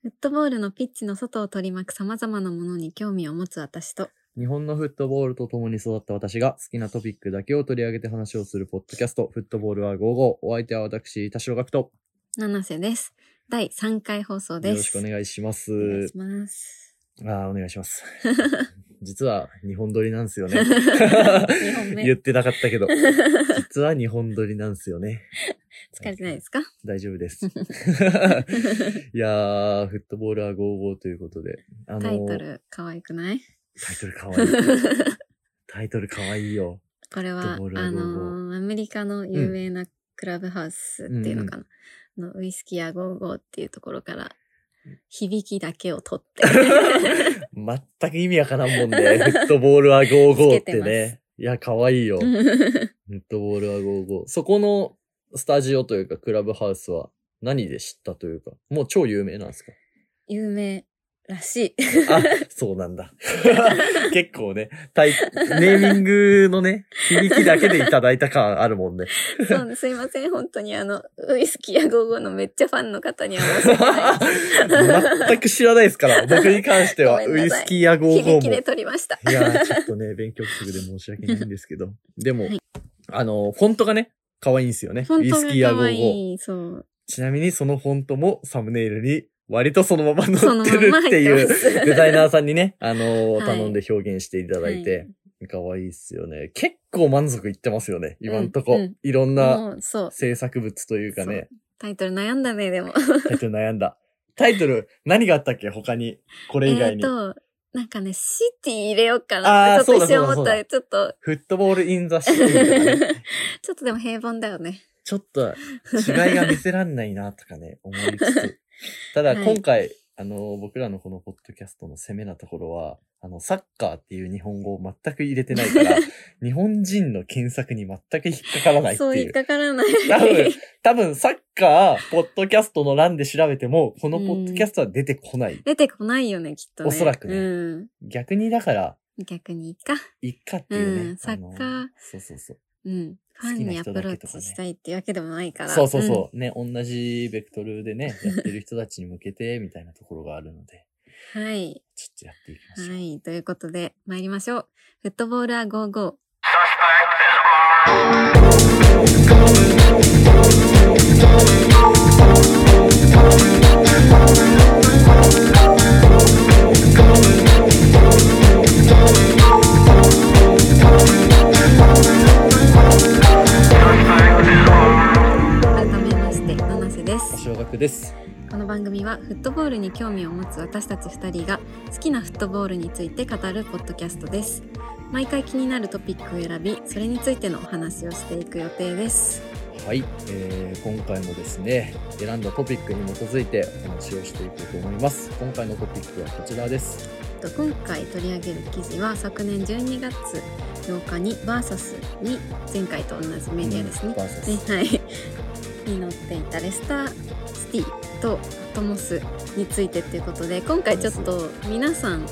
フットボールのピッチの外を取り巻く様々なものに興味を持つ私と、日本のフットボールと共に育った私が好きなトピックだけを取り上げて話をするポッドキャスト、フットボールは55。お相手は私、田代学人。七瀬です。第3回放送よでろしす。くお願いします。お願いします。ああ、お願いします。 実は日本撮りなんですよね。 二本目言ってなかった けど。実は日本撮りなんですよね。疲れてないですか大丈 夫です。いやー、フットボールは55ということで。あのータイト。ル可愛くないタイトルかわいい。タイトルかわいいよ。これフッは、あトボールはのーアメリカの有名なクラブハウスっていうのかな。のウイスキーやゴーゴーっていうところから、響きだけを取 って。全く意味わからんもんね。 フットボールは55ってつけてね。いや、可愛いよ。フットボールは55。そこのスタジオというか、クラブハウスは何で知ったというか、もう超有名なんですか 有名らしい。 あ、そうなんだ。 結構ね、タイネーミングのね、響きだけでいただいた感あるもん ね。そうすいません。本当にあの、ウイスキーやゴーゴーのめっちゃファンの方には申し訳ない。全く知らないですから、僕に関しては、ごウめんイなさいスキーやゴーゴ響ーきもで。撮りました。いやー、ちょっとね、勉強不足で申し訳ないんで すけど。でも、あの、フォントがね、可愛いんですよね。本ウイ当スキーにやゴ可ーゴー。愛い。そう。ちなみに、そのフォントもサムネイルに、割とそのまま載そのっまてるまって入いっう、てます デザイナーさんにね、あのはい頼んで表現していただいて、可愛いっすよね。結構満足いってますよね、今んとこ。うんうんいろんもなう、そう。制作物というかね、タイトル悩んだね、でも。タイトル悩んだ。タイトル、何があったっけ他に、これ以え外っに。と、なんかね、シティ入れようかなって、ちあょーっと一瞬思そっうだそうだた。そうだちょっと、フットボールインザシティとかね。 ちょっとでも平凡だよね。ちょっと違いが見せらんないなと かね、思いつつ。ただはい今回、あの、僕らのこのポッドキャストの攻めなところは、あの、サッカーっていう日本語を全く入れてな いから、日本人の検索に全く引っかからないってそうい引っう。かからない。多分、多分サッカー、ポッドキャストの欄で調べても、このポッドキャストは出てこない。 出てこないよね、きっとね。おそらくねう逆にだから、ん。逆にいいか。いっかっていうね。うんサッカーあのそうそうそう。うん。ファンにアプローチしたいっていうわけでもないから。そうそうそう。ね、同じベクトルでね、やってる人たちに向けて、みたいなところがあるので。うん。はい。ちょっとやっていきましょう。はい。ということで、参りましょう。フットボールは55。改めまして、七瀬ですお。正月です。この番組はフットボールに興味を持つ私たち2人が好きなフットボールについて語るポッドキャストです毎回気になるトピックを選びそれについてのお話をしていく予定ですはい、えー今回もですね、選んだトピックに基づいてお話をしていこうと思います。今回のトピックはこちらです。と今回取り上げる記事は昨年12月8日に VS に前回と同じメディアですねうん、バーサスねはい、に載っていたレスターシティとトモスについてということで今回ちょっと皆さんうん、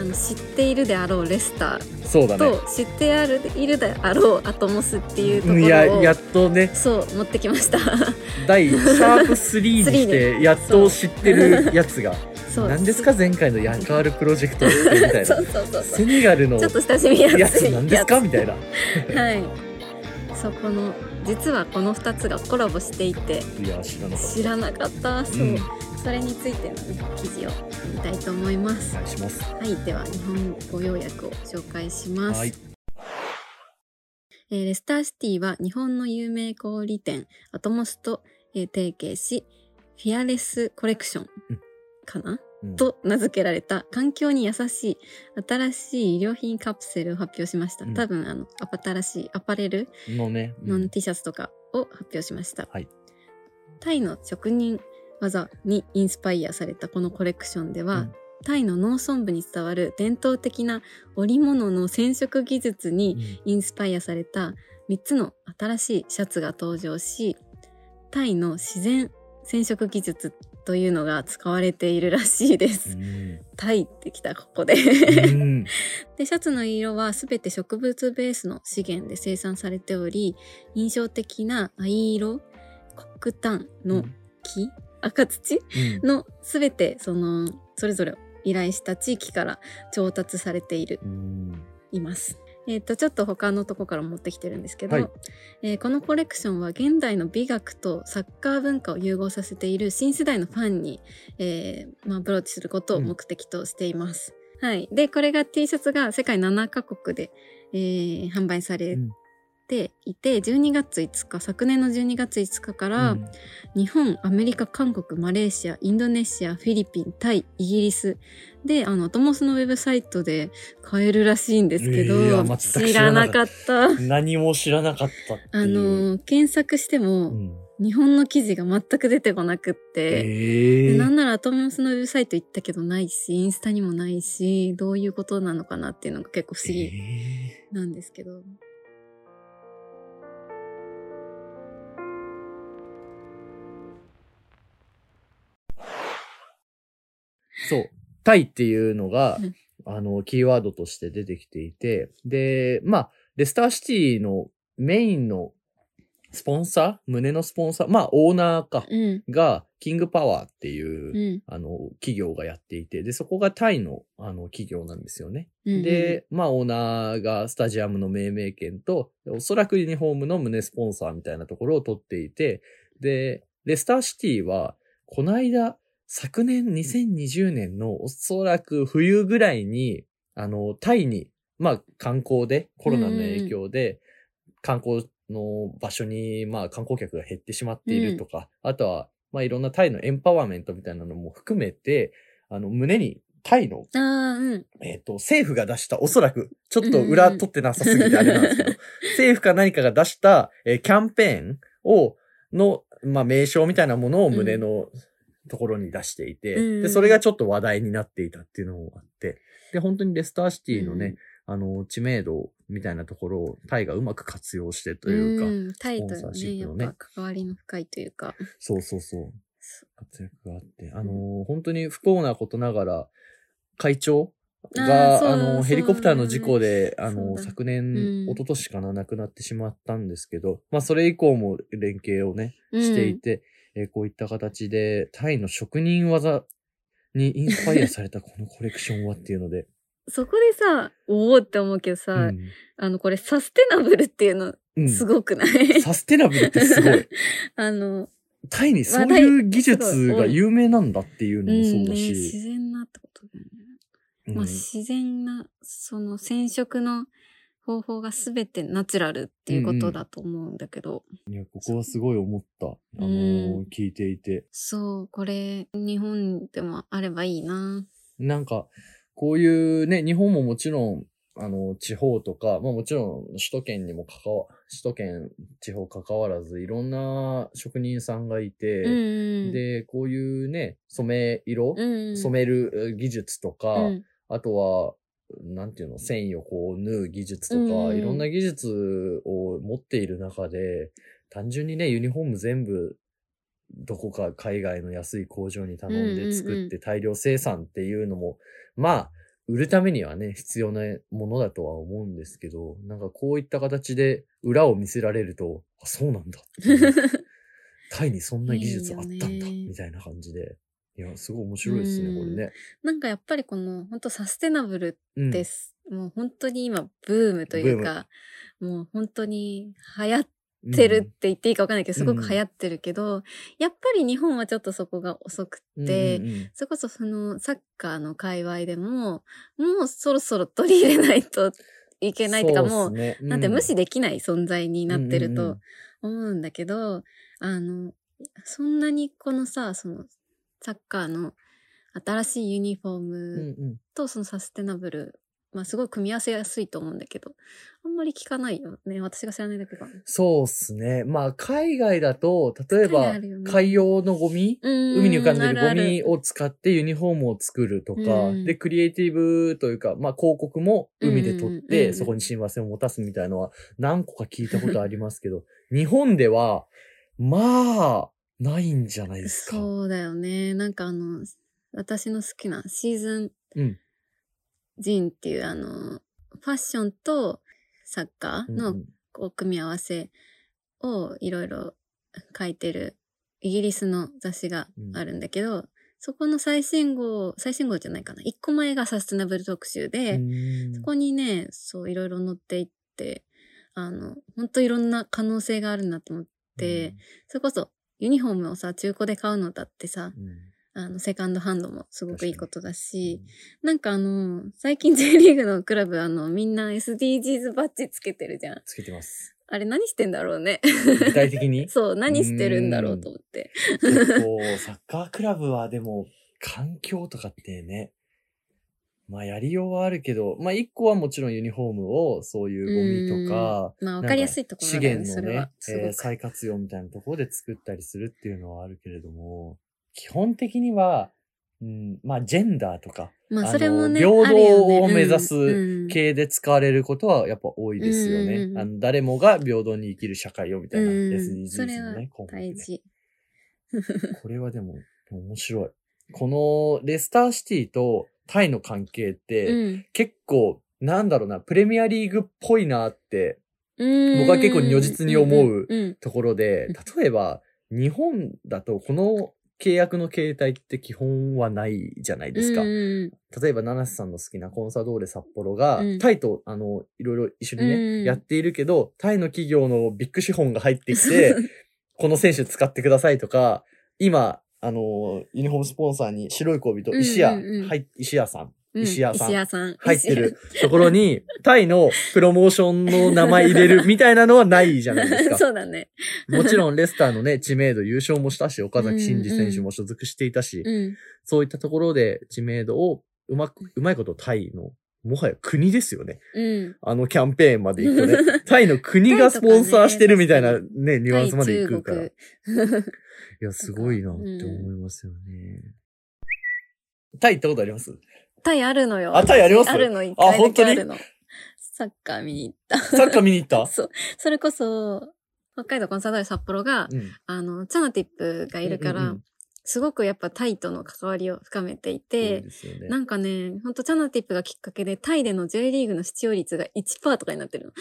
あの知っているであろうレスターそうだね。と知ってあるいるであろうアトモスっていうところをんや、やっとね、そう持ってきま した第シャープ3 にスリーして、やっと知ってるやつが、そう何ですか前回のヤンカールプロジェクトってみたいそうな。そうそうそセネガルのうちょっと親しみややすつい何ですかみたいな。なはいそうこの実はこの2つがコラボしていていや、知らなかっ知らなかったた。そう、ん、おそれについての、ね、記事を読みたいと思います願いします。はいでは日本語要約を紹介します、はい。えーレスターシティは日本の有名小売店アトモスと、えー提携し、フィアレスコレクションうんかな、うんと名付けられた環境に優しい新しい衣料品カプセルを発表しました。うん多分あの新しいアパレルのね、うんの T シャツとかを発表しました。はいタイの職人技にインスパイアされたこのコレクションでは、うんタイの農村部に伝わる伝統的な織物の染色技術にうんインスパイアされた3つの新しいシャツが登場しタイの自然染色技術というのが使われているらしいです、うんタイってきたここでうん。でシャツの色は全て植物ベースの資源で生産されており印象的な藍色黒炭の木赤土うんのすべてそのそれぞれ依頼した地域から調達されているうんいます。えっとちょっと他のとこから持ってきてるんですけど、はいえーこのコレクションは現代の美学とサッカー文化を融合させている新世代のファンに、えーまあ、アプローチすることを目的としています。はい、でこれが T シャツが世界7カ国で、えー販売されていて、12月5日昨年の12月5日から、うん日本アメリカ韓国マレーシアインドネシアフィリピンタイイギリスであのトモスのウェブサイトで買えるらしいんですけど、えーいや全く知知ららななかかったあ何も知らなかったっていう。の検索してうも、ん日本の記事が全く出てこなくって、えでえなんならトモスのウェブサイト行ったけどないしインスタにもないしどういうことなのかなっていうのが結構不思議えなんですけど、ーそう。タイっていうのがうん、あの、キーワードとして出てきていて、で、まあ、レスターシティのメインのスポンサー胸のスポンサーまあ、オーナーか。うんが、キングパワーっていうう、んあの、企業がやっていて、で、そこがタイの、あの、企業なんですよね。うんで、まあ、オーナーがスタジアムの命名権と、おそらくユニフォームの胸スポンサーみたいなところを取っていて、で、レスターシティは、この間、昨年2020年のおそらく冬ぐらいに、あの、タイに、まあ、観光で、コロナの影響で、観光の場所に、まあ、観光客が減ってしまっているとか、あとは、まあ、いろんなタイのエンパワーメントみたいなのも含めて、あの、胸に、タイのああうんえっ、と、政府が出した、おそらく、ちょっと裏取ってなさすぎてあれなんで すけど、政府か何かが出した、えーキャンペーンを、の、まあ、名称みたいなものを胸のところに出していて、うんで、それがちょっと話題になっていたっていうのもあって、で、本当にレスターシティのね、あの、知名度みたいなところをタイがうまく活用してというか、んタイとスポンサーシねやップっのねぱ関わりの深いというかそうそうそうそ。活躍があって、あのー本当に不幸なことながら、会長あーそうが、あのーそうヘリコプターの事故で、あのーそうだ昨年、うん一昨年かな、亡くなってしまったんですけど、まあ、それ以降も連携をね、していて、えーこういった形で、タイの職人技にインスパイアされ たこのコレクションはっていうので、そこでさ、おおって思うけどさ、うんあの、これサステナブルっていうの、うんすごくない、サステナブルってすごい。 あの、タイにそういう技術が有名なんだっていううのもそんうね、だ自し。然なってことだよね。うんまあ、自然な、その染色の方法が全てナチュラルっていうことだと思うんだけど、いや、ここはすごい思った。あのうんー、聞いていて。そう、これ、日本でもあればいいな。なんか、こういうね、日本ももちろん、あの、地方とか、まあもちろん首都圏にもかかわ、首都圏、地方関わらず、いろんな職人さんがいうんて、うん、で、こういうね、染め色、うんうん、染める技術とか、うん あとは、なんていうの、繊維をこう縫う技術とか、うんうんいろんな技術を持っている中で、単純にね、ユニフォーム全部、どこか海外の安い工場に頼んうんうんうでん作って大量生産っていうのも、まあ、売るためにはね、必要なものだとは思うんですけど、なんかこういった形で裏を見せられると、あ、そうなんだっ ていう。タイにそんな技術あったんだ、いいよねみたいな感じで。いや、すごい面白いですね、うんこれね。なんかやっぱりこの、本当サステナブルうんです。もう本当に今、ブームというか、もう本当に流行ってるって言っていいかわかんないけど、すごく流行ってるけど、やっぱり日本はちょっとそこが遅くって、うんうんうんそれこそそのサッカーの界隈でも、もうそろそろ取り入れないといけないっていうか、もう、なんて無視にできない存在になってると思うんだけど、あの、そんなにこのさ、そのサッカーの新しいユニフォームとそのサステナブル、まあすごい組み合わせやすいと思うんだけど、あんまり聞かないよね。私が知らないだけかな。そうですね。まあ、海外だと、例え海ば外あるよね、海洋のゴミ、海海に浮かんでるゴミミを使ってユニフォームを作るとか、うんで、クリエイティブというか、まあ、広告も海でうん撮っうんうんうて、んそこに親和性を持たすみたいのは何個か聞いたことあります けど、日本では、まあ、ないんじゃないですか。そうだよね。なんかあの、私の好きなシーズうんンジンっていうあの、ファッションとサッカーうんうのんこう組み合わせをいろいろ書いてるイギリスの雑誌があるんだけど、そこの最新号、最新号じゃないかな。一個前がサステナブル特集で、うんそこにね、そういろいろ載っていって、あの、ほんといろんな可能性があるなと思って、それこそユニフォームをさ、中古で買うのだってさ、うん、あの、セカンドハンドもすごくいいことだし、うなんかあの、最近 J リーグのクラブ、あの、みんな SDGs バッジつけてるじゃんん。つけてます。あれ何してんだろうね。具体的に そう、何してるんだろうと思って。結構、サッカークラブはでも、環境とかってね、まあやりようはあるけど、まあ一個はもちろんユニフォームを、そういうゴミとか、まあ、わなんかりやすいところだよね、資そ源れのねは。、すごえーく。再活用みたいなところで作ったりするっていうのはあるけれども、基本的には、うん、まあジェンダーとかまああ、のそれもね、平等をあるよね目指すうんうん系で使われることはやっぱ多いですよね。うんうんうんあの誰もが平等に生きる社会をみたいな、うん SDGs のね、項目大で事。これはでも面白い。このレスターシティとタイの関係ってうん結構なんだろうな、プレミアリーグっぽいなってうん僕は結構如実に思ううんところでうん、例えば日本だとこの契約の形態って基本はないじゃないですか。うんうん例えば、七瀬さんの好きなコンサドーレ札幌が、うんタイと、あの、いろいろ一緒にね、うんやっているけど、タイの企業のビッグ資本が入ってき て、この選手使ってくださいとか、今、あの、ユニフォームスポンサーに白い恋人、石屋、うんうんうんはい、石屋さんうん石屋さん石屋さん。入ってるところに、タイのプロモーションの名前入れるみたいなのはないじゃないです石屋。か。そうだね。もちろん、レスターのね、知名度優勝もしたし、岡崎慎司選手も所属していたし、うん。そういったところで知名度をうまく、うまいことタイの、もはや国ですよね。うん。あのキャンペーンまで行く とね。タイの国がスポンサーしてるみたいなね、ニュアンスまで行くから。対いや、すごいなって思いますよね。タイ行ったことありますタイあるのよ。あタイありますあるの、一回だ本当けにあるの。サッカー見に行った。サッカー見に行 ったそう。それこそ、北海道コンサドーレ札幌が、うん。あの、チャナティップがいるかうんうんらうん、すごくやっぱタイとの関わりを深めていそうて、ですよね。なんかね、ほんとチャナティップがきっかけで、タイでの J リーグの視聴率が1%とかになってるの。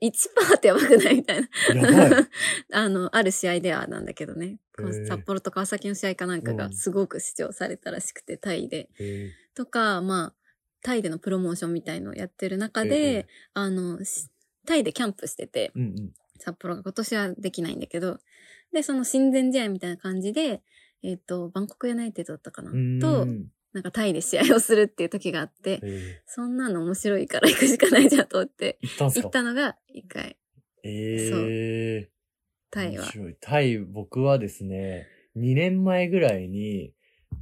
1%ってやばくないみたいな。やばい。 あの、ある試合ではなんだけどね。こうへえ札幌と川崎の試合かなんかうがんすごく視聴されたらしくて、タイで。えとか、まあ、タイでのプロモーションみたいのをやってる中ーで、、あの、しタイでキャンプしてて、 うんうん。札幌が今年はできないんだけど、で、その親善試合みたいな感じで、えっ、と、バンコクユナイテッドだったかなうんと、なんかタイで試合をするっていう時があって、えそんなの面白いから行くしかないじゃんと思って、ー行ったんす行かったのが一回、ええ。タイは面。白い。タイ、僕はですね、2年前ぐらいに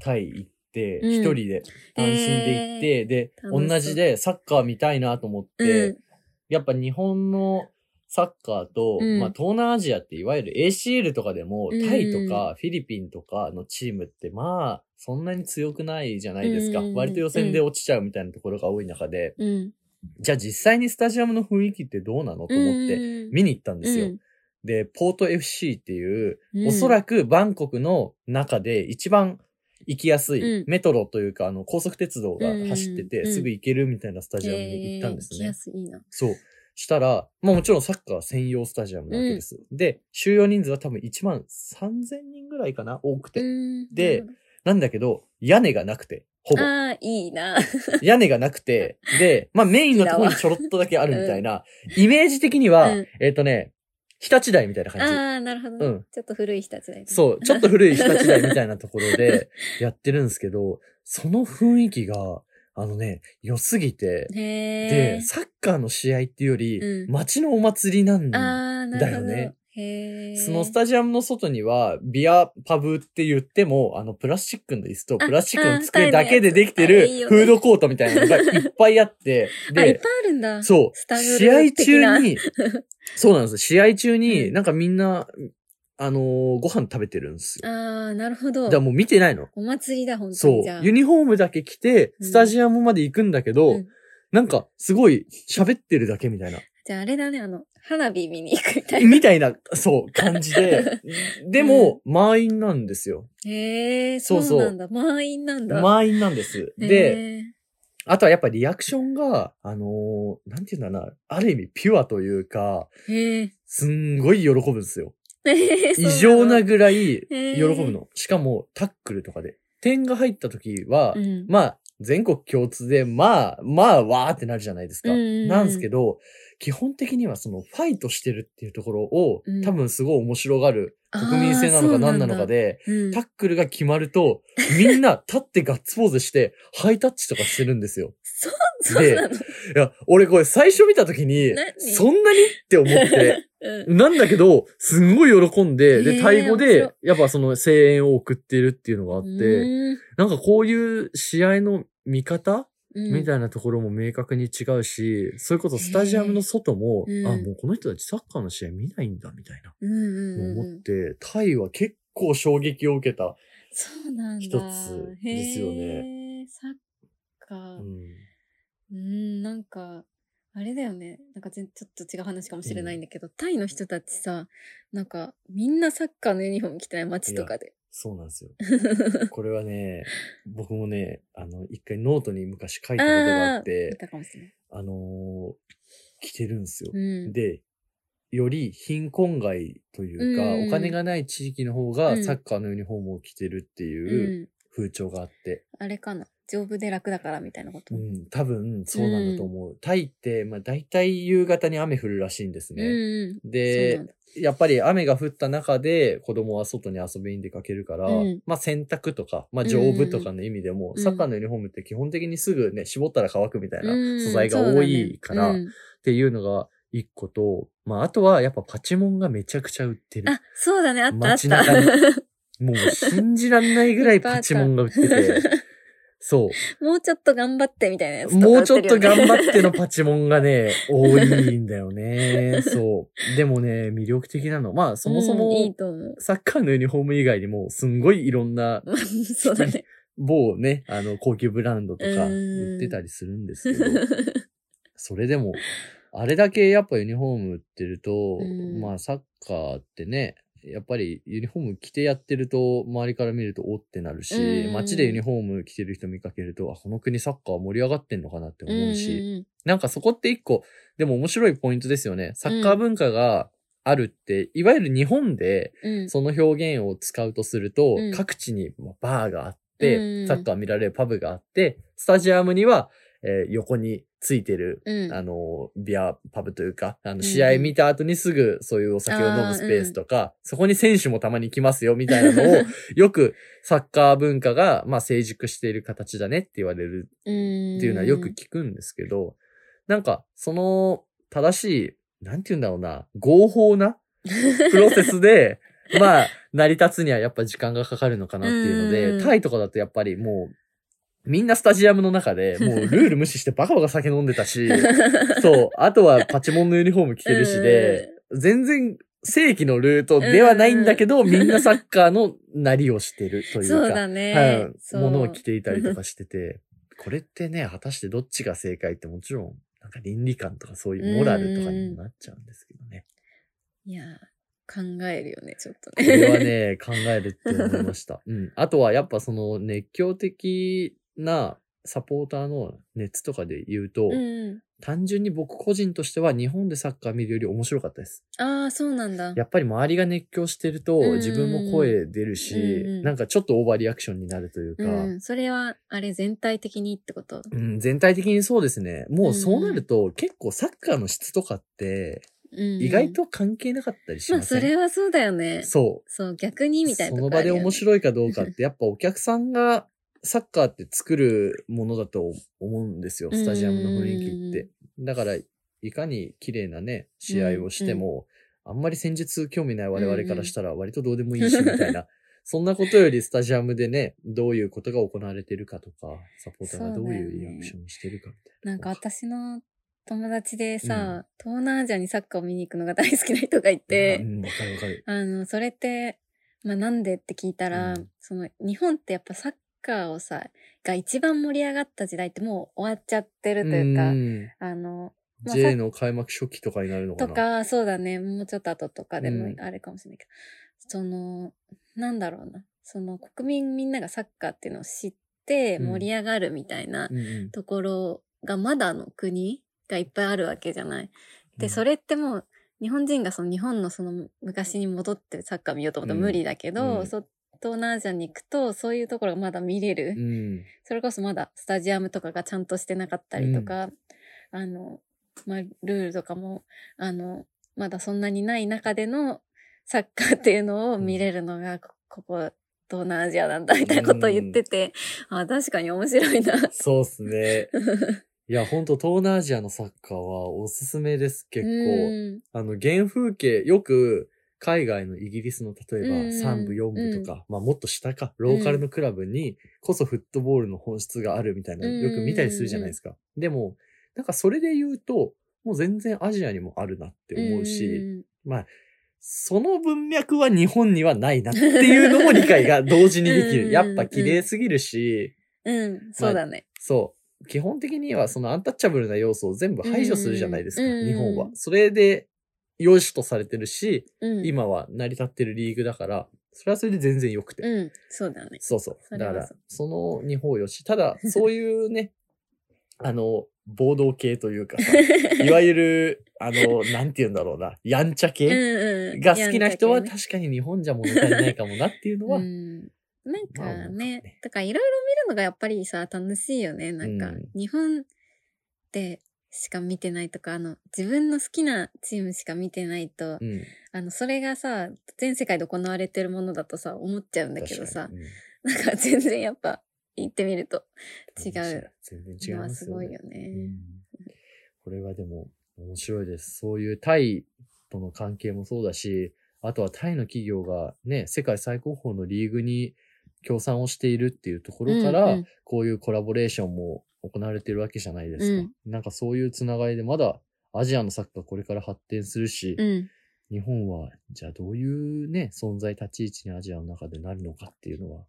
タイ行うって、ん一、人で単身で行って、で、楽しそう同じでサッカー見たいなと思って、うんやっぱ日本のサッカーと、うんまあ東南アジアっていわゆる ACL とかでも、うんタイとかフィリピンとかのチームってまあそんなに強くないじゃないですか。うん割と予選で落ちちゃうみたいなところが多い中で、うん。じゃあ実際にスタジアムの雰囲気ってどうなのと思ってうん見に行ったんですよ。うんで、ポート FC っていう、うんおそらくバンコクの中で一番行きやすい、うんメトロというか、あの、高速鉄道が走ってて、うんうんすぐ行けるみたいなスタジアムに行ったんですえー行きね。やすいいいな。そう。したら、まあもちろんサッカー専用スタジアムなわけです。で、収容人数は多分1万3000人ぐらいかな、多くて。うんでなるなんだけど、屋根がなくて、ほほどぼ。ああ、いいな。屋根がなくて、で、まあメインのところにちょろっとだけあるみたいな、イメージ的には、うんえっ、とね、日立台みたいな感じ。ああ、なるほどね、うんちょっと古い人たちだよね。そう、ちょっと古い日立台みたいなところ でやってるんですけど、その雰囲気が、あのね、良すぎて、へで、え。サッカーの試合っていうより、うん街のお祭りなんだ。ああ、なるほど。だよねへえ。そのスタジアムの外には、ビアパブって言っても、あの、プラスチックの椅子とあプラスチックの机だけでできてあるーいいよねフードコートみたいなのがいっぱいあって、あ、いっでぱい、あるんだ。そスう、タ試グ合ル的中なに、そうなんです。試合中に、うんなんかみんな、あのーご飯食べてるんですよ。ああ、なるほだどか。らもう見てないの。お祭りだ、本当そに。うじゃあ。。ユニフォームだけ着て、うんスタジアムまで行くんだけど、うんなんか、すごい、喋ってるだけみたいな。じゃあ、あれだね、あの、花火見に行くみたいな。みたいな、そう、感じで。でも、満員なんですよ。へえ、そうそうそうなんだ。満員なんだ。満員なんで す。で、へえ、あとはやっぱリアクションが、あのーなんていうんだろうな、ある意味ピュアというか、へえすんごい喜ぶんですよ。異常な喜ぐらい喜ぶぶ。の。しかも、タックルとかで。点が入った時はう、んまあ、全国共通で、まあ、まあ、わーってなるじゃないですか。うんうんうんなんですけど、基本的にはその、ファイトしてるっていうところを、うん多分すごい面白がる国民性なのか何なのか、で、あーそうなんだタックルが決まると、みんな立ってガッツポーズして、ハイタッチとかしてるんですよ。そうそうなの。いや、俺これ最初見た時に何、そんなにって思って。 うんなんだけど、すんごい喜んで、へで、ータイ語面で、やっぱその声援を送ってるっていうのがあって、うんなんかこういう試合の見方うんみたいなところも明確に違うし、それこそスタジアムの外もへ、ーあ、うんもうこの人たちサッカーの試合見ないんだ、みたいな。うんうんうん思って、タイは結構衝撃を受けた。そうなんだ。一つですよねへー。サッカー。ううんーん、なんか、あれだよね。なんかぜちょっと違う話かもしれないんだけど、タイの人たちさ、なんか、みんなサッカーのユニフォーム着てない街とかで。そうなん ですよ。これはね、僕もね、あの、一回ノートに昔書いたことがあっ見て、たかもしれない。あのー着てるんですよ。うん。で、より貧困街というか、うんお金がない地域の方うがんサッカーのユニフォームを着てるっていううん、風潮があって、あれかな。丈夫で楽だからみたいなこと。ううんん、多分そうなんだと思う。タイって、まあ大体夕方に雨降るらしいんですね。うん。そうなでん、だやっぱり雨が降った中で子供は外に遊びに出かけるから、うんまあ洗濯とか、まあ丈夫とかの意味でも、うんサッカーのユニフォームって基本的にすぐね、絞ったら乾くみたいなうん素材がそうだね多いから、うんっていうのが一個と、まあ、あとはやっぱパチモンがめちゃくちゃ売ってるあ。、そうだね。あったあっ街た。中にもう信じらんないぐらいパチモンが売っ てて。そ もうちょっと頑張ってみたいなやつう。とかも売うちょってとるよね頑張ってのパチモンがね、多いんだよね。そう。でもね、魅力的なの。まあ、そもそうんいいも、と思う。サッカーのユニフォーム以外にも、すんごいいろんな、そうだね。某ね、あの、高級ブランドとか、うん売ってたりするんで すけど。それでも、あれだけやっぱユニフォーム売ってると、うんまあサッカーってね、やっぱりユニフォーム着てやってると、周りから見るとおってなるし、うん街でユニフォーム着てる人見かけると、あ、この国サッカー盛り上がってんのかなって思うし、んなんかそこって一個、でも面白いポイントですよね。サッカー文化があるって、いわゆる日本でうんうん、その表現を使うとすると、うん各地にまあバーがあって、うんサッカー見られるパブがあって、スタジアムには、えー横についてるうんあの、ビアパブというか、あんの、試合見た後にすぐそういうお酒を飲むスペースとか、そこに選手もたまに来ますよみたい なのを、よくサッカー文化が、まあ、成熟している形だねって言われるてっていいうのはよく 聞くんですけど、なんか、その、正しい、なんて言うんだろうな、合法なプロセスで、 まあ、成り立つにはやっぱ時間がかかるのかなっていうので、うんタイとかだとやっぱりもう、みんなスタジアムの中 で、もうルール無視してバカバカ酒飲んでたし、そう。あとはパチモンのユニフォーム着てるしで、全然正規のルートではないんだけど、みんなサッカーのなりをしてるとうんいそううだか、ねは。い。そうものを着ていたりとかしてて、これってね、果たしてどっちが正解ってもちろん、なんか倫理観とかそういうモラルとかにもなっちゃうんですけどね。いやー、考えるよね、ちょっとこね。れ はね、考えるって思いました。うん。あとはやっぱその熱狂的なサポーターの熱とかで言うと、 うん。単純に僕個人としては日本でサッカー見るより面白かったです。ああ、そうなんだ。やっぱり周りが熱狂してるとうん自分も声出るし、うんなんかちょっとオーバーリアクションになるというか、うん、それは、あれ、全体的にってこと。うん全体的にそうですね。もうそうなると結構サッカーの質とかってうん、意外と関係なかったりしまあ、まそせん、れはそうだよね。そう。そう、逆にみたいなそとのこあ場るでよね面白いかどうかってやっぱお客さんがサッカーって作るものだと思うんですよ。スタジアムの雰囲気って。だからいかに綺麗なね、試合をしても、あんまり戦術興味ない我々からしたら割とどうでもいいしみた いな。そんなことよりスタジアムでね、どういうことが行われてるかとか、サポーターがどういうリアクションをしてるかみたいな。なんか私の友達でさ、東南アジアにサッカーを見に行くのが大好きな人がいて、うん、わかるわかる。あの、それって、まあ、なんでって聞いたら、うんその、日本ってやっぱサッカーをさ、が一番盛り上がった時代ってもう終わっちゃってるというか、んあの、まあ J の開幕初期とかになるのかとな。か、そうだね、もうちょっと後とかでもうんあれかもしれないけど、その、なんだろうな、その国民みんながサッカーっていうのを知ってうん盛り上がるみたいなうんうん、ところがまだの国がいっぱいあるわけじゃない。で、それ、れってもう日本人がその日本のその昔に戻ってサッカー見ようと思ったら無理だけうんうど、んそ東南アジアに行くとそういうところがまだ見れる、うん。それこそまだスタジアムとかがちゃんとしてなかったりとか、あの、まあ、ルールとかも、あの、まだそんなにない中でのサッカーっていうのを見れるのが、こここ、東南アジアなんだみたいなことを言ってて、あ、確かに面白いな。そうっす ね。いや、ほんと東南アジアのサッカーはおすすめです、結構。うんあの、原風景、よく、海外のイギリスの例えばうん3部4部とか、まあもっと下か、ローカルのクラブにこそフットボールの本質があるみたいな、うんよく見たりするじゃないですか。でも、なんかそれで言うと、もう全然アジアにもあるなって思うし、んまあ、その文脈は日本にはないなっていうのも理解が同時にできうる。んやっぱ綺麗すぎるし、うん、そうだね。そう。基本的にはそのアンタッチャブルな要素を全部排除するじゃないですか、うん日本は。それで良しとされてるし、うん、今は成り立ってるリーグだから、それはそれで全然良くて。うん、そうだね。そうそう。それだはかそうら、その日本よし。ただ、そういうね、 あの、暴動系という かさ、いわゆる、あの、なんて言うんだろうな、やんちゃ 系、うんうんが好きな人はやんちゃ確かに日本じゃ物足りないかもなっていう系のねは、うんなんまあ思うかかもねね、だからいろいろ見るのがやっぱりさ、楽しいよね。なんかうん、日本でしか見てないとか、あの、自分の好きなチームしか見てないと、うんあの、それがさ、全世界で行われてるものだとさ、思っちゃうんだけどさ確、かにうんなんか全然やっぱ、行ってみると違う。全然違いのまはすすよごねいようね。んこれはでも面白いです。そういうタイとの関係もそうだし、あとはタイの企業がね、世界最高峰のリーグに協賛をしているっていうところから、うんうんこういうコラボレーションも行われてるわけじゃないですか。なんかそういうつながりでまだアジアのサッカーこれから発展するし、うん。日本は、じゃあどういうね、存在立ち位置にアジアの中でなるのかっていうのは、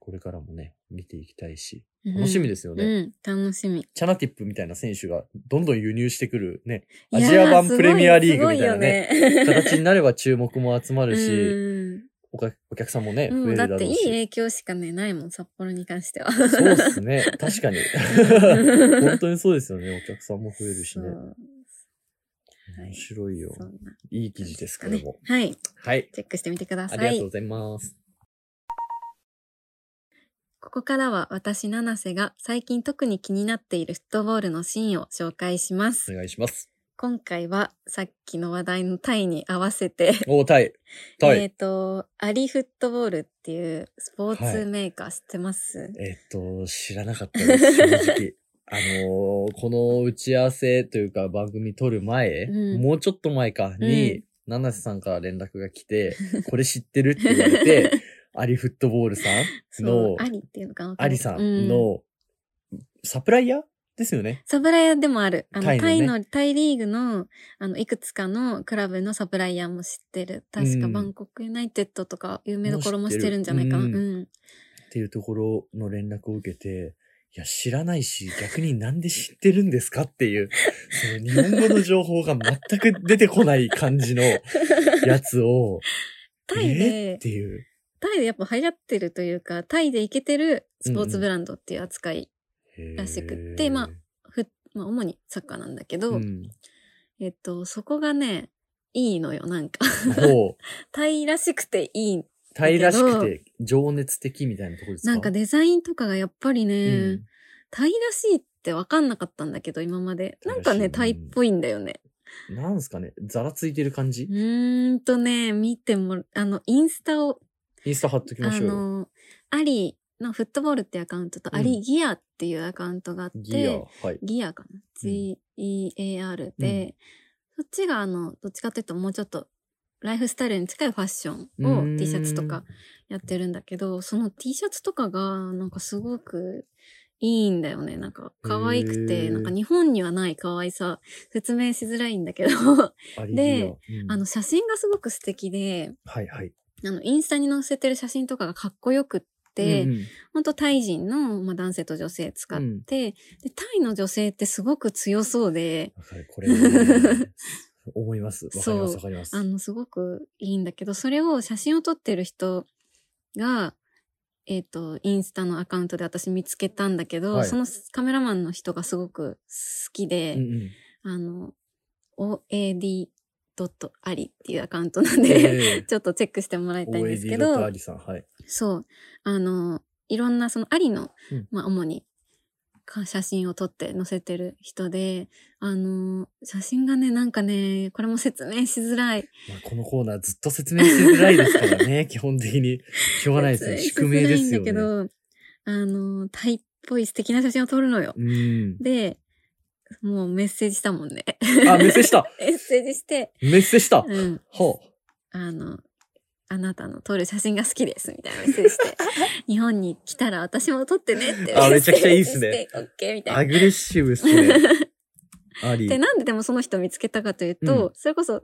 これからもね、見ていきたいし、楽しみですよね。うん、楽しみ。チャナティップみたいな選手がどんどん輸入してくるね、いやーアジア版プレミアリーグみたいなね、すご いよね形になれば注目も集まるし、うんおかお客さんもね、も増うえるだっだろうていいし。影響しかねないもん札幌に関して は。そうっすね。確かうに。ん本当にそうですよね。お客さんも増えるしそ。ねうはい面白いよそ。んないい記事です、こねれも。はいはい。チェックしてみてくだあさりがとういご。ざいます。ここからは私七瀬が最近特に気になっているフットボールのシーンを紹介します。お願いします。今回はさっきの話題のタイに合わせて、おー、タイ。タイ。えっとアリフットボールっていうスポーツメーカー知ってます？えっと、知らなかったです、正直。あのーこの打ち合わせというか番組撮る前、うんもうちょっと前かに、うん七瀬さんから連絡が来 て、これ知ってるって言われて、アリフットボールさんそうの、アリっていうのかな。アリさうんの、サプライヤーですよね。サプライヤーでもある。あの、タイのタイの、ねタイリーグの、あの、いくつかのクラブのサプライヤーも知ってる。確か、うんバンコクユナイテッドとか、有名どころも知ってるんじゃないかな。う。もうん知ってっていうところの連絡を受けて、いや、知らないし、逆になんで知ってるんですかっていう、その日本語の情報が全く出てこない感じのや つを、タイえーっでて、いう。タイでやっぱ流行ってるというか、タイでいけてるスポーツブランドっていう扱い、らしくってまあふまあ、主にサッカーなんだけあど、うん、えっと、そこがね、いいのよ、なんか。 もう、タイらしくていい。タイらしくて情熱的みたいなところですかなんかデザインとかがやっぱりね、うんタイらしいって分かんなかったんだけど、今まで。なんかね、タタイイらっしいねぽいんだよね。なんですかね、ざらついてる感じうーんとね、見ても、あの、インスタを、インスタ貼っときあましょうよ。の、アリのフットボールっていうアカウントと、うんアリギアっていうアカウントがあって、ギア、はい。ギアかな ?G-E-A-R で、そっちがあの、どっちかというともうちょっと、ライフスタイルに近いファッショうーンんを T シャツとか。やってるんだけど、その T シャツとかがなんかすごくいいんだよね。なんか可愛くへて、ーなんか日本にはない可愛さ、説明しづらいんだけど、ありでギアうんあの写真がすごく素敵で、はいはい。あのインスタに載せてる写真とかがかっこよくって、うんうんほんとタイ人の、まあ、男性と女性使って、で、タイの女性ってすごく強そうで、わかる、これは ね、思います。わかりまそす、うわかります。あの、すごくいいんだけど、それを写真を撮ってる人が、えっ、と、インスタのアカウントで私見つけたんだけど、はいそのカメラマンの人がすごく好きで、うんうんあの、OAD ドットアリっていうアカウントなんで、え ちょっとチェックしてもらいー、たいんですけ OAD どドット、アリさん、はい。そう。あの、いろんなそのアリの、うんまあ主にか写真を撮って載せてる人で、あの、写真がね、なんかね、これも説明しづらい。まあ、このコーナーずっと説明しづらいですからね、 基本的に。しょうがないですね。説宿明しづら命でいんすだよけね。ど、あの、タイっぽい素敵な写真を撮るのよ。うん。で、もうメッセージしたもんね。 あ、メッセしたメッセージして、メッセしたはうん。あ。あの、あなたの撮る写真が好きですみたいなメッセージして、日本に来たら私も撮ってねって。あめちゃくちゃいいっすね。オッケーみたいなア。グレッシブです ね。アリ。で、なんででもその人を見つけたかというと、それこそ、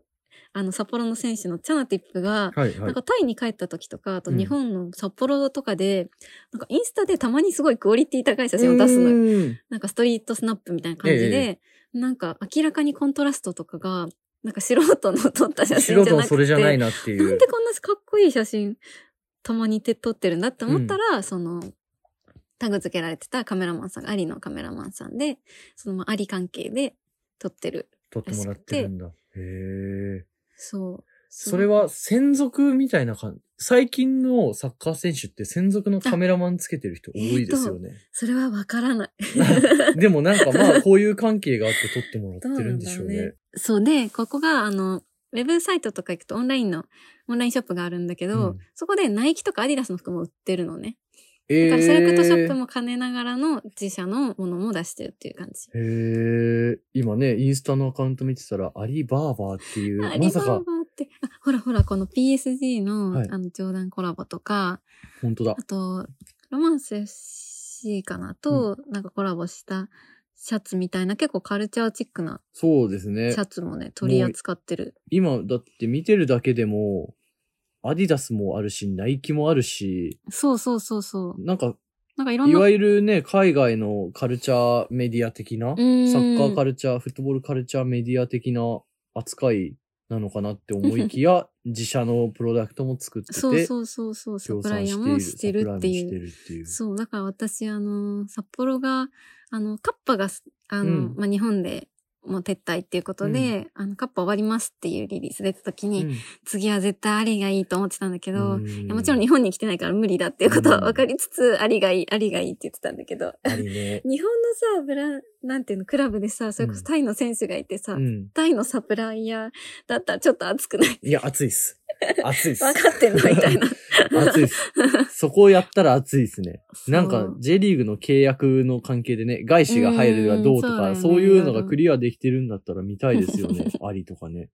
あの、札幌の選手のチャナティップが、はいはないん。かタイに帰った時とか、あとうん日本の札幌とかで、なんかインスタでたまにすごいクオリティ高い写真を出すのよ。うんなんかストリートスナップみたいな感じで、なんか明らかにコントラストとかが、なんか素人の撮った写素真じゃ人なはくて、それじゃないなっていう。なんでこんなかっこいい写真、たまに手撮ってるんだって思ったら、その、タグ付けられてたカメラマンさんが、アリのカメラマンさんで、そのまあアリ関係で撮ってる。撮ってもらってるんだ。へえ。そう。それは専属みたいな感じ。最近のサッカー選手って専属のカメラマンつけてる人多いですよね。それはわから ない。でもなんかまあこういう関係があって撮ってもらってるんでしょどううなんだろねう。そうで、ここが、あの、ウェブサイトとか行くとオンラインの、オンラインショップがあるんだけど、うんそこでナイキとかアディダスの服も売ってるのね。えだからセレクトショップも兼ねながらの自社のものも出してるっていう感じ。へえ、今ね、インスタのアカウント見てたら、アリバーバーっていう、アまリバさーバーかっ、て、あほらほら、この PSG の、はいあの、冗談コラボとか、本当だあ。と、ロマンス FC かなと、なんかコラボしたシャツみたいな、結構カルチャーチックなそうですシね。ャツもね、取り扱ってる。今、だって見てるだけでも、アディダスもあるし、ナイキもあるし、そうそうそうそう。なんか、なんかいろんいなわゆるね、海外のカルチャーメディア的な、サんッカーカルチャー、フットボールカルチャーメディア的な扱いなのかなって思い きや、自社のプロダクトも作ってて、そうそうそうそう、サ協プラ賛イヤーもしてるってサプいラう。イもしてるっていうそう、だから私、あの、札幌が、あの、カッパがす、あの、うんまあ、日本でもう撤退っていうことで、あの、カッパ終わりますっていうリリース出た時に、次は絶対アリがいいと思ってたんだけど、うんいやもちろん日本に来てないから無理だっていうことはうん分かりつつ、ありがいい、ありがいいって言ってたんだけど、 アリね。日本のさ、ブラン、なんていうの、クラブでさ、それこそタイの選手がいてさ、うん。タイのサプライヤーだったらちょっと熱くない。 いや、暑いっす。暑いっす。分かってんのみたいな。暑いっす。そこをやったら暑いっすね。 なんかそ、う J リーグの契約の関係でね、外資が入るがどうとか、うんそそううだよねいうのがクリアできてるんだったら見たいですよ ね。ありとかね。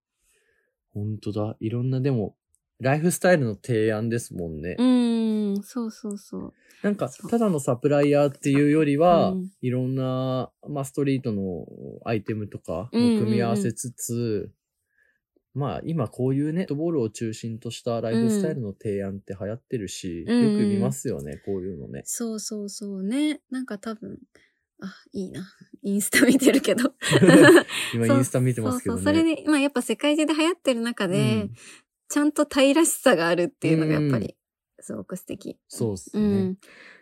ほんとだ。いろんな、でも、ライフスタイルの提案ですもんね。うーん、そうそうそう。なんかそ、うただのサプライヤーっていうよりは、うんいろんな、まあ、ストリートのアイテムとかもうんうんうん組み合わせつつ、まあ、今こういうね、フットボールを中心としたライフスタイルの提案って流行ってるし、うんよく見ますよね、こういう のね。そうそうそうね。なんか多分、あ、いいな。インスタ見てるけど。 今、そうインスタ見てますけそどね。うそう。それで、まあやっぱ世界中で流行ってる中で、うんちゃんとタイらしさがあるっていうのがやっぱり、すごく素敵。そうっすうね。ん。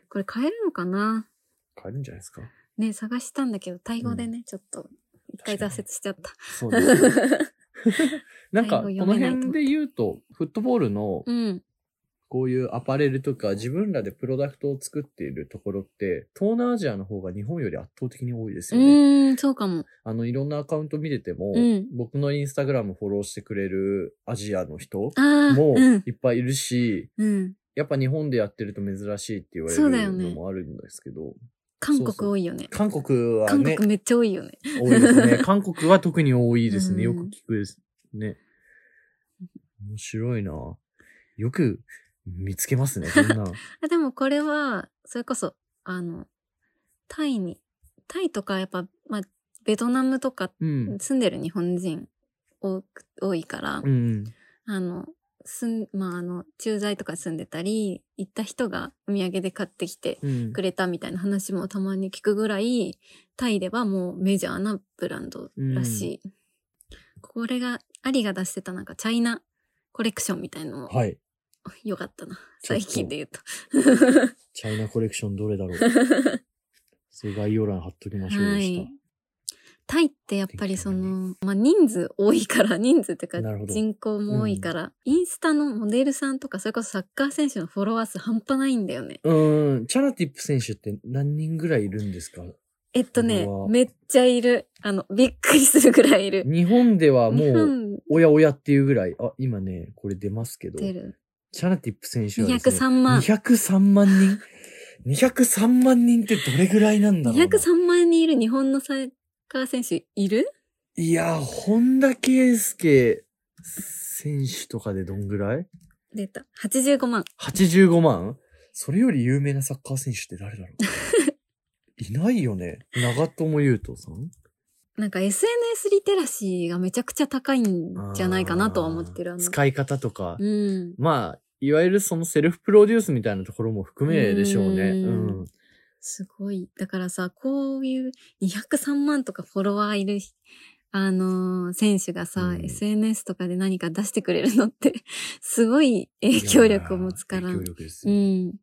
これ買えるのかな変えるんじゃないですか。ね、探したんだけど、タイ語でね、ちょっと、一回確挫かに折しちゃった。そ うですね。なんか、こ最後読のめないと思う辺で言うと、フットボールのうん。こういうアパレルとか自分らでプロダクトを作っているところって、東南アジアの方が日本より圧倒的に多いですうよね。ーん、そうかも。あの、いろんなアカウント見てても、うん僕のインスタグラムフォローしてくれるアジアの人ああ、もうん。いっぱいいるし、うん。やっぱ日本でやってると珍しいって言われそうだよるねのもあるんですけど、韓そうそう国多いよね。韓国は韓ね、国めっちゃ多いよね。多いです ね。韓国は特に多いですうね。よんく聞くですね。面白いなよく見つけますね、こん な。あでもこれは、それこそ、あの、タイに、タイとかやっぱ、まあ、ベトナムとかうん。住んでる日本人多く、多いから、うん。あの、住ん、まあ、あの、駐在とか住んでたり、行った人がお土産で買ってきてうんくれたみたいな話もたまに聞くぐらい、タイではもうメジャーなブランドらしい。これが、アリが出してたなんかチャイナコレクションみたいのもはい。良かったな。ちょっ最と近で言うと。チャイナコレクションどれだろうそう、概要欄貼っときましょうではした。い。タイってやっぱりその、まあ、人数多いから、人数というかなるほど人口も多いから、インスタのモデルさんとか、それこそサッカー選手のフォロワー数半端ないんだよね。うーん、チャラティップ選手って何人ぐらいいるんですかえっとねうわ、めっちゃいる。あの、びっくりするぐらいいる。日本ではも日う、本おやおやっていうぐらい、あ、今ね、これ出ますけど、出チる。ャラティップ選手はですね、 203万。 203万人 ?203 万人ってどれぐらいなんだろうな203万人いる日本のサッカー選手いるいや、本田圭佑選手とかでどんぐらい出た。85万。 85万それより有名なサッカー選手って 誰だろういないよね。長友佑都さんなんか SNS リテラシーがめちゃくちゃ高いんじゃないかなとは思ってる。ああーの使い方とか。うん。まあ、いわゆるそのセルフプロデュースみたいなところも含めでしょうね。ううんん。すごい。だからさ、こういう203万とかフォロワーいる、あのー選手がさ、うん SNS とかで何か出してくれるのって、すごい影響力を持つから。影響う力ですよ、ん。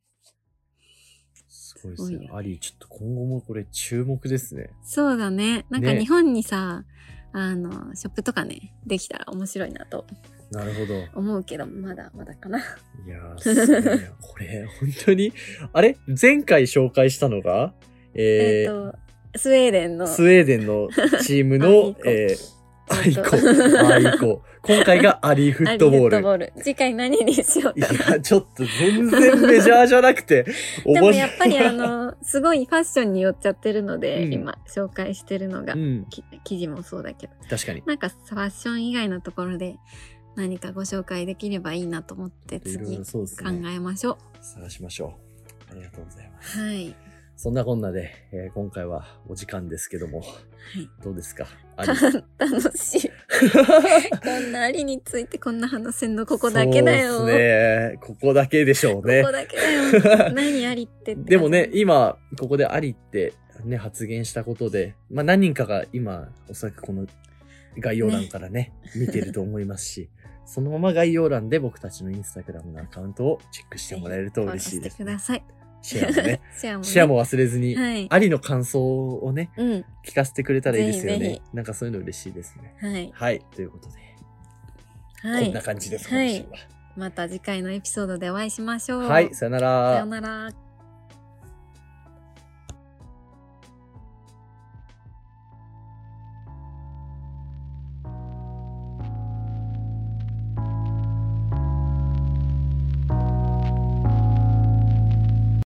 すごいですすごいね。よアリー、ちょっと今後もこれ注目ですね。そうだね。なんかね日本にさ、あの、ショップとかね、できたら面白いなとなるほど。思うけど、まだまだかな。いやー、すご いなこれ、本当に、あれ前回紹介したのが、ええっ、ーと、スウェーデンの。スウェーデンのチームの、アイえー、アイコ、アアイコイコ。今回がアリーフアッリトーフボットボール。ール。次回何にしよういかな。や、ちょっと全然メジャーじゃなくて、 でもやっいぱりあの、すごいファッションに寄っちゃってるので、うん今紹介してるのが、うん、き記事もそうだけど、確かに。なんかファッション以外のところで何かご紹介できればいいなと思っていろい次ろ考そうですね。えましょ探しましょう。ありがとうございます。う。はい。そんなこんなで、えー今回はお時間ですけども、いどうで すかアリたー楽し い。こんなありについてこんな話せんのここだけだよ。そうですね。ここだけでしょうね。ここだけだ よ。何ありってって感じでもね、、今、ここでありって、ね、発言したことで、まあ何人かが今、おそらくこの概要欄からね、見てると思いますし、 そのまま概要欄で僕たちのインスタグラムのアカウントをチェックしてもらえると嬉しいでフすォローね、してください。シェアも ね。シェアも、ね。シェアも忘れずに、はい。ありの感想をね、うん。聞かせてくれたらいいですよぜひぜね。なんかそういうの嬉しいですね。はい。はい、ということで、は。こんない感じです、はい今週は。また次回のエピソードでお会いしましょう。はい、さよならさよなら。